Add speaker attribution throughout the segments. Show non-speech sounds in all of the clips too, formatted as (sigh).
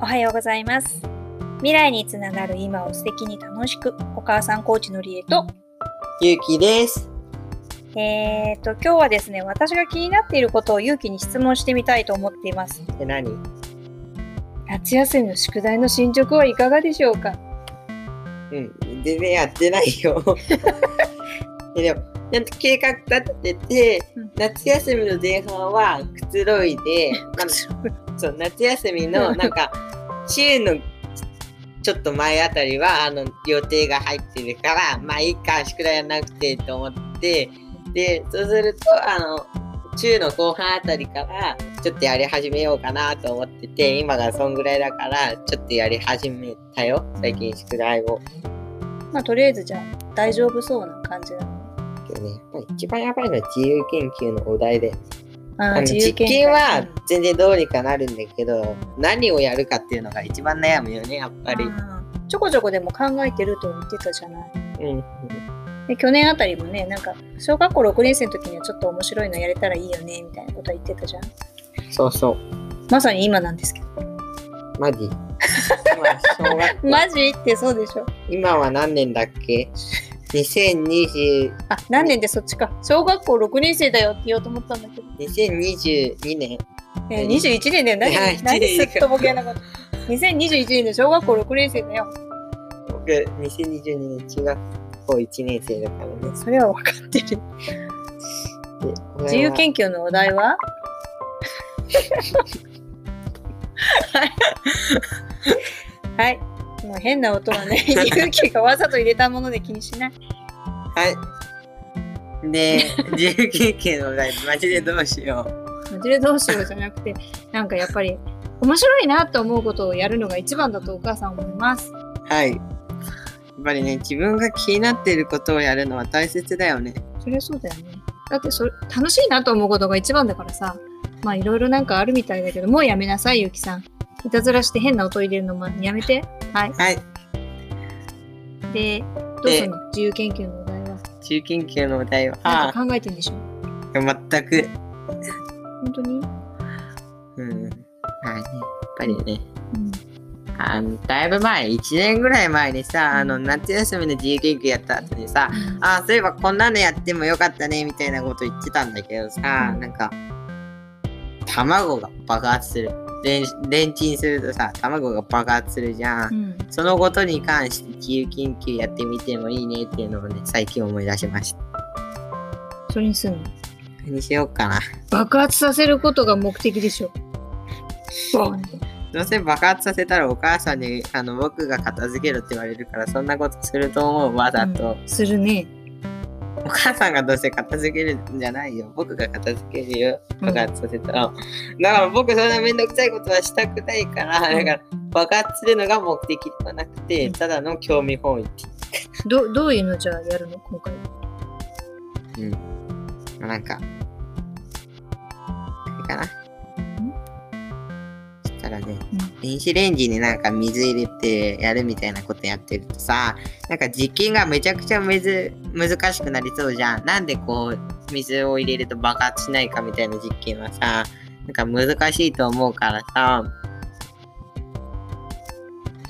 Speaker 1: はようございます未来につながる今を素敵に楽しくお母さんコーチのりえと
Speaker 2: ゆうきです。
Speaker 1: えーと今日はですね私が気になっていることを勇気に質問してみたいと思っています
Speaker 2: え、何
Speaker 1: 夏休みの宿題の進捗はいかがでしょうか
Speaker 2: うん、全然やってないよ。 (laughs) えでも、ちゃんと計画立てて
Speaker 1: うん、
Speaker 2: 夏休みの前半はくつろいで、なんかそう夏休みのなんか、週のちょっと前あたりは、あの、予定が入ってるから、まあいいか、宿題はなくてと思って、で、そうすると、あの、週の後半あたりから、ちょっとやり始めようかなと思ってて、今がそんぐらいだから、ちょっとやり始めたよ、最近宿題を。
Speaker 1: まあとりあえずじゃあ大丈夫そうな感じなの
Speaker 2: けどね、やっぱり一番やばいのは自由研究のお題で、
Speaker 1: あ
Speaker 2: あの
Speaker 1: ー
Speaker 2: 実
Speaker 1: 研究
Speaker 2: 験は全然どうにかなるんだけど、何をやるかっていうのが一番悩むよね、やっぱり。
Speaker 1: あーちょこちょこでも考えてると言ってたじゃない
Speaker 2: うん、
Speaker 1: で去年あたりもねなんか小学校6年生の時にはちょっと面白いのやれたらいいよねみたいなことは言ってたじゃん
Speaker 2: そうそう。
Speaker 1: まさに今なんですけど
Speaker 2: マジ。今小学校
Speaker 1: マジってそうでしょ
Speaker 2: 今は何年だっけ ?2020、
Speaker 1: あ何年でそっちか小学校6年生だよって言おうと思ったんだけど、
Speaker 2: 2022年。
Speaker 1: えー、21年だよ何
Speaker 2: いや一年
Speaker 1: 何すっとぼけなかった2021年で小学校6年生だよ
Speaker 2: 僕、2022年中学校1年生だからね。
Speaker 1: それは分かってる
Speaker 2: で
Speaker 1: 自由研究のお題ははいもう変な音は
Speaker 2: (laughs)
Speaker 1: ね勇気がわざと入れたもので気にしない
Speaker 2: はい。で、 (laughs) 自由研究のお題、マジでどうしよう。
Speaker 1: モジュレどうしようじゃなくてなんかやっぱり面白いなと思うことをやるのが一番だとお母さん思います
Speaker 2: はい。やっぱりね、自分が気になっていることをやるのは大切だよね。
Speaker 1: そりゃそうだよねだってそれ楽しいなと思うことが一番だからさまあいろいろなんかあるみたいだけどもうやめなさいゆきさんいたずらして変な音入れるのもやめてはい
Speaker 2: はい。
Speaker 1: でどうするの自由研究のお題は
Speaker 2: 自由研究のお題は、
Speaker 1: なんか考えてるんでしょ
Speaker 2: 全く、
Speaker 1: 本当に、
Speaker 2: うん。まあね、やっぱりね、
Speaker 1: うん、
Speaker 2: あのだいぶ前1年ぐらい前にさ、あ
Speaker 1: う
Speaker 2: の
Speaker 1: ん
Speaker 2: 夏休みの自由研究やった後にさあーそういえばこんなのやってもよかったねみたいなこと言ってたんだけどさ、
Speaker 1: うん
Speaker 2: なんか卵が爆発するレンレンチンするとさ卵が爆発するじゃん、
Speaker 1: うん
Speaker 2: そのことに関して自由研究やってみてもいいねっていうのをね最近思い出しました
Speaker 1: それにすんの
Speaker 2: 何しようかな
Speaker 1: 爆発させることが目的でしょボーンって
Speaker 2: どうせ爆発させたらお母さんにあの僕が片付けろって言われるからそんなことすると思うわざと、
Speaker 1: するね
Speaker 2: お母さんがどうせ片付けるんじゃないよ。僕が片付けるよ。
Speaker 1: うん
Speaker 2: 爆発させたら。だから僕そんなめんどくさいことはしたくないから、
Speaker 1: うん
Speaker 2: だから爆発するのが目的ではなくて、
Speaker 1: うん
Speaker 2: ただの興味本位っ
Speaker 1: どどういうのじゃあやるの今回
Speaker 2: ていう。うん。なんか、あれかな。そしたらね、
Speaker 1: うん
Speaker 2: 電子レンジになんか水入れてやるみたいなことやってるとさ、なんか実験がめちゃくちゃむず難しくなりそうじゃん。なんでこう、水を入れると爆発しないかみたいな実験はさ、なんか難しいと思うからさ、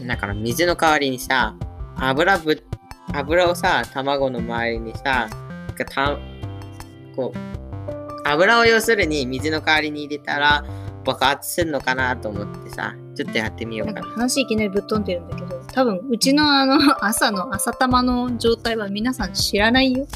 Speaker 2: だから水の代わりにさ、油ぶ、油をさ、卵の周りにさ、なんかた、こう、油を要するに水の代わりに入れたら爆発するのかなと思ってさ、ちょっとやってみよ
Speaker 1: な
Speaker 2: うんか
Speaker 1: か
Speaker 2: な。
Speaker 1: 話いきなりぶっ飛んでるんだけど多分うちのあの (laughs) 朝の朝玉の状態は皆さん知らないよ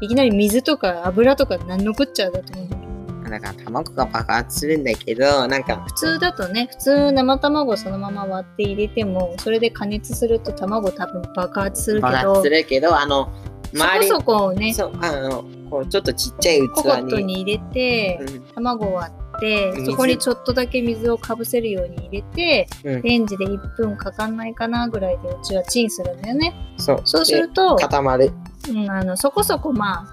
Speaker 1: いきなり水とか油とか何のこっちゃだと思うんだけど
Speaker 2: だから卵が爆発するんだけど、なんか
Speaker 1: 普通だとね普通生卵そのまま割って入れてもそれで加熱すると卵多分爆発するけ
Speaker 2: 爆
Speaker 1: ど
Speaker 2: 発するけど、あの、周り
Speaker 1: そこそこね
Speaker 2: そうあのこうちょっとちっちゃい器に
Speaker 1: ココットに入れて、卵割って
Speaker 2: 水
Speaker 1: そこにちょっとだけ水をかぶせるように入れて
Speaker 2: うんうん、
Speaker 1: レンジで1分かかんないかなぐらいでうちはチンするんだよね
Speaker 2: そう
Speaker 1: そうすると
Speaker 2: で、固まる
Speaker 1: うん、あのそこそこまあ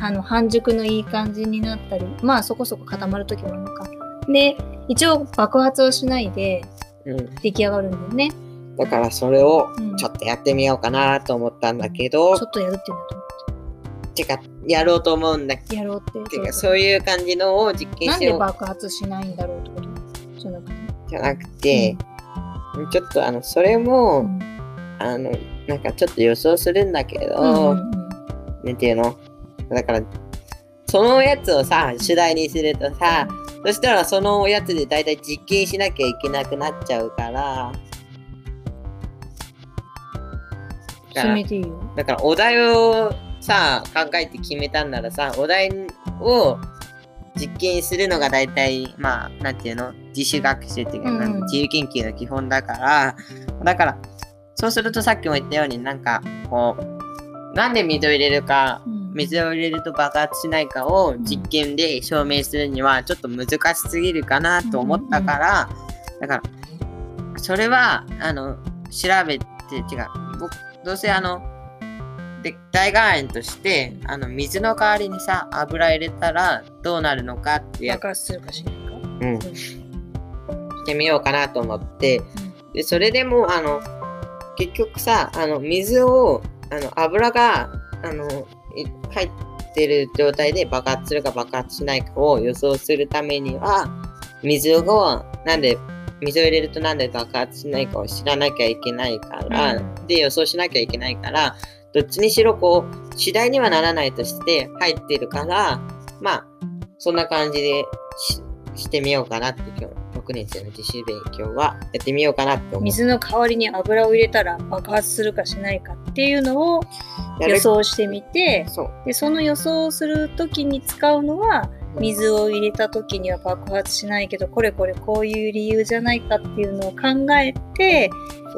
Speaker 1: あの半熟のいい感じになったりまあそこそこ固まる時もあるのかで一応爆発をしないで
Speaker 2: うん、
Speaker 1: 出来上がるんだよね
Speaker 2: だからそれを
Speaker 1: うん
Speaker 2: ちょっとやってみようかなと思ったんだけど、
Speaker 1: ちょっとやるっていうんだと思
Speaker 2: てかやろうと思うんだけ
Speaker 1: うやろうって
Speaker 2: どてか
Speaker 1: そう
Speaker 2: そういう感じのを実験
Speaker 1: なん
Speaker 2: し
Speaker 1: で
Speaker 2: よう
Speaker 1: 爆発しないんだろうってことじゃなくて
Speaker 2: じゃなくて、ちょっとあのそれも、
Speaker 1: うん
Speaker 2: あのなんかちょっと予想するんだけど、
Speaker 1: うんうん
Speaker 2: なんていうのだからそのやつをさ主題にするとさ、そしたらそのおやつで大体実験しなきゃいけなくなっちゃうから
Speaker 1: 進
Speaker 2: だから
Speaker 1: めていいよ。
Speaker 2: だからお題をさ考えて決めたんならさお題を実験するのが大体まあなんていうの自主学習っていうか、
Speaker 1: うん
Speaker 2: なんか自由研究の基本だからだからそうするとさっきも言ったようになんかこうなんで水を入れるか
Speaker 1: うん
Speaker 2: 水を入れると爆発しないかを
Speaker 1: ん
Speaker 2: 実験で証明するにはちょっと難しすぎるかなと思ったから、だからそれはあの調べて違う僕どうせあので代替園としてあの水の代わりにさ油入れたらどうなるのかってやっ
Speaker 1: 爆発するかしないか。
Speaker 2: うんてみようかなと思って
Speaker 1: う
Speaker 2: でそれでもあの結局さあの水をあの油があのい入ってる状態で爆発するか爆発しないかを予想するためには水をなんで水を入れるとなんで爆発しないかを知らなきゃいけないから、
Speaker 1: うん
Speaker 2: で予想しなきゃいけないからどっちにしろこう次第にはならないとして入ってるからまあそんな感じでししてみようかなって今日6年生の自習勉強はやってみようかなって思う
Speaker 1: 水の代わりに油を入れたら爆発するかしないかっていうのを
Speaker 2: やる
Speaker 1: 予想してみて
Speaker 2: そう
Speaker 1: でその予想をする時に使うのは水を入れた時には爆発しないけどこれこれこういう理由じゃないかっていうのを考えて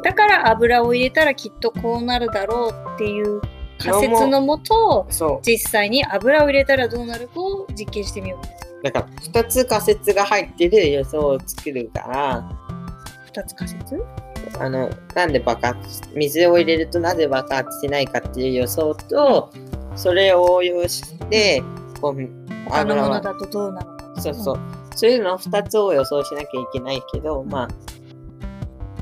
Speaker 1: だから油を入れたらきっとこうなるだろうっていう仮説のもと
Speaker 2: そう
Speaker 1: 実際に油を入れたらどうなるかを実験してみよう
Speaker 2: だから2つ仮説が入ってる予想を作るから
Speaker 1: 2つ仮説
Speaker 2: あのなんで爆発し水を入れるとなぜ爆発しないかっていう予想とそれを応用してこう
Speaker 1: 他のもの
Speaker 2: は
Speaker 1: だとどうなのか
Speaker 2: そうそう。そういうの2つを予想しなきゃいけないけど、まあ、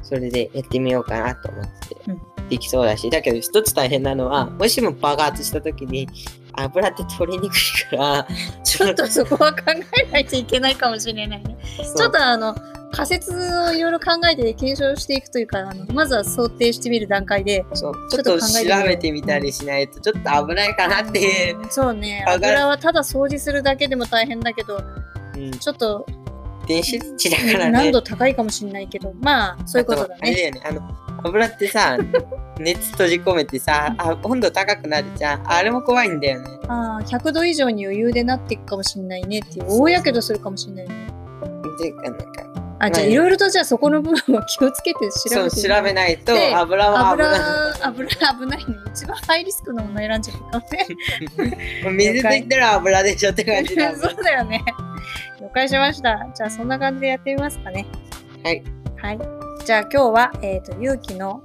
Speaker 2: それでやってみようかなと思って
Speaker 1: うん、
Speaker 2: できそうだし、だけど一つ大変なのは、もしも爆発した時に、油って取りにくいから、
Speaker 1: ちょっとそこは考えないといけないかもしれないね
Speaker 2: そう
Speaker 1: ちょっとあの仮説をいろいろ考えて検証していくというかあのまずは想定してみる段階で
Speaker 2: そう
Speaker 1: ち
Speaker 2: ち
Speaker 1: ょ
Speaker 2: ょ
Speaker 1: っ
Speaker 2: っ
Speaker 1: と考
Speaker 2: と
Speaker 1: えてみ
Speaker 2: 調
Speaker 1: よう
Speaker 2: べてみたりしないと、ちょっと危ないかなっていう。
Speaker 1: そうね
Speaker 2: 上がる
Speaker 1: 油はただ掃除するだけでも大変だけど
Speaker 2: うん、
Speaker 1: ちょっと
Speaker 2: 電子レンジだからね。
Speaker 1: 難度高いかもしれないけどまあそういうことだ
Speaker 2: あとあれ
Speaker 1: ね
Speaker 2: だよね。あの、油ってさ、熱閉じ込めてさ、あ温度高くなるじゃん。あれも怖いんだよね。
Speaker 1: ああ100度以上に余裕でなっていくかもしれないねっていう大やけどするかもしれないね
Speaker 2: っていうか、なんか、
Speaker 1: あじゃあ
Speaker 2: はい
Speaker 1: いろいろとじゃあそこの部分は気をつけて調
Speaker 2: そ
Speaker 1: べ
Speaker 2: う
Speaker 1: て
Speaker 2: 調
Speaker 1: みる
Speaker 2: べないと
Speaker 1: で
Speaker 2: 油は危ない
Speaker 1: 油油危ないね一番ハイリスクのもの選んじゃったからね
Speaker 2: (laughs) もう水と言ったら油でしょって感じだも
Speaker 1: (laughs)
Speaker 2: ん
Speaker 1: そうだよね。了解しました。じゃあそんな感じでやってみますかね。
Speaker 2: はい。
Speaker 1: はい。じゃあ今日は、えっ、と、勇気の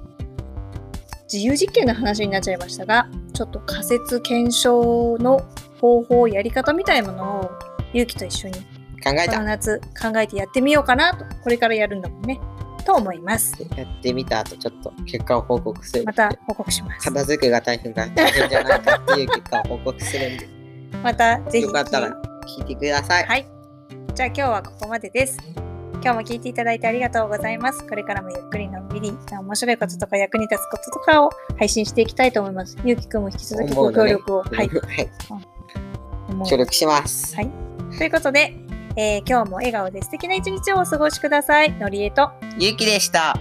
Speaker 1: 自由実験の話になっちゃいましたが、ちょっと仮説検証の方法、やり方みたいなものを勇気と一緒にこ
Speaker 2: 考え
Speaker 1: の
Speaker 2: た
Speaker 1: 夏考えてやってみようかなと、これからやるんだもんね。と思います。
Speaker 2: やってみた後ちょっと結果を報告する
Speaker 1: また報告します。
Speaker 2: 片付けが大変が大変じゃないかっていう結果を報告するんで
Speaker 1: またぜひ。
Speaker 2: よかったら聞いてください、
Speaker 1: はい。じゃあ今日はここまでです。今日も聞いていただいてありがとうございます。これからもゆっくりのんびり、面白いこととか役に立つこととかを配信していきたいと思います。ゆうきくんも引き続きご協力を。
Speaker 2: (laughs) は
Speaker 1: はいい。思う
Speaker 2: 協力します、
Speaker 1: はいということで、えー今日も笑顔で素敵な一日をお過ごしください。のりえと。
Speaker 2: ゆうきでした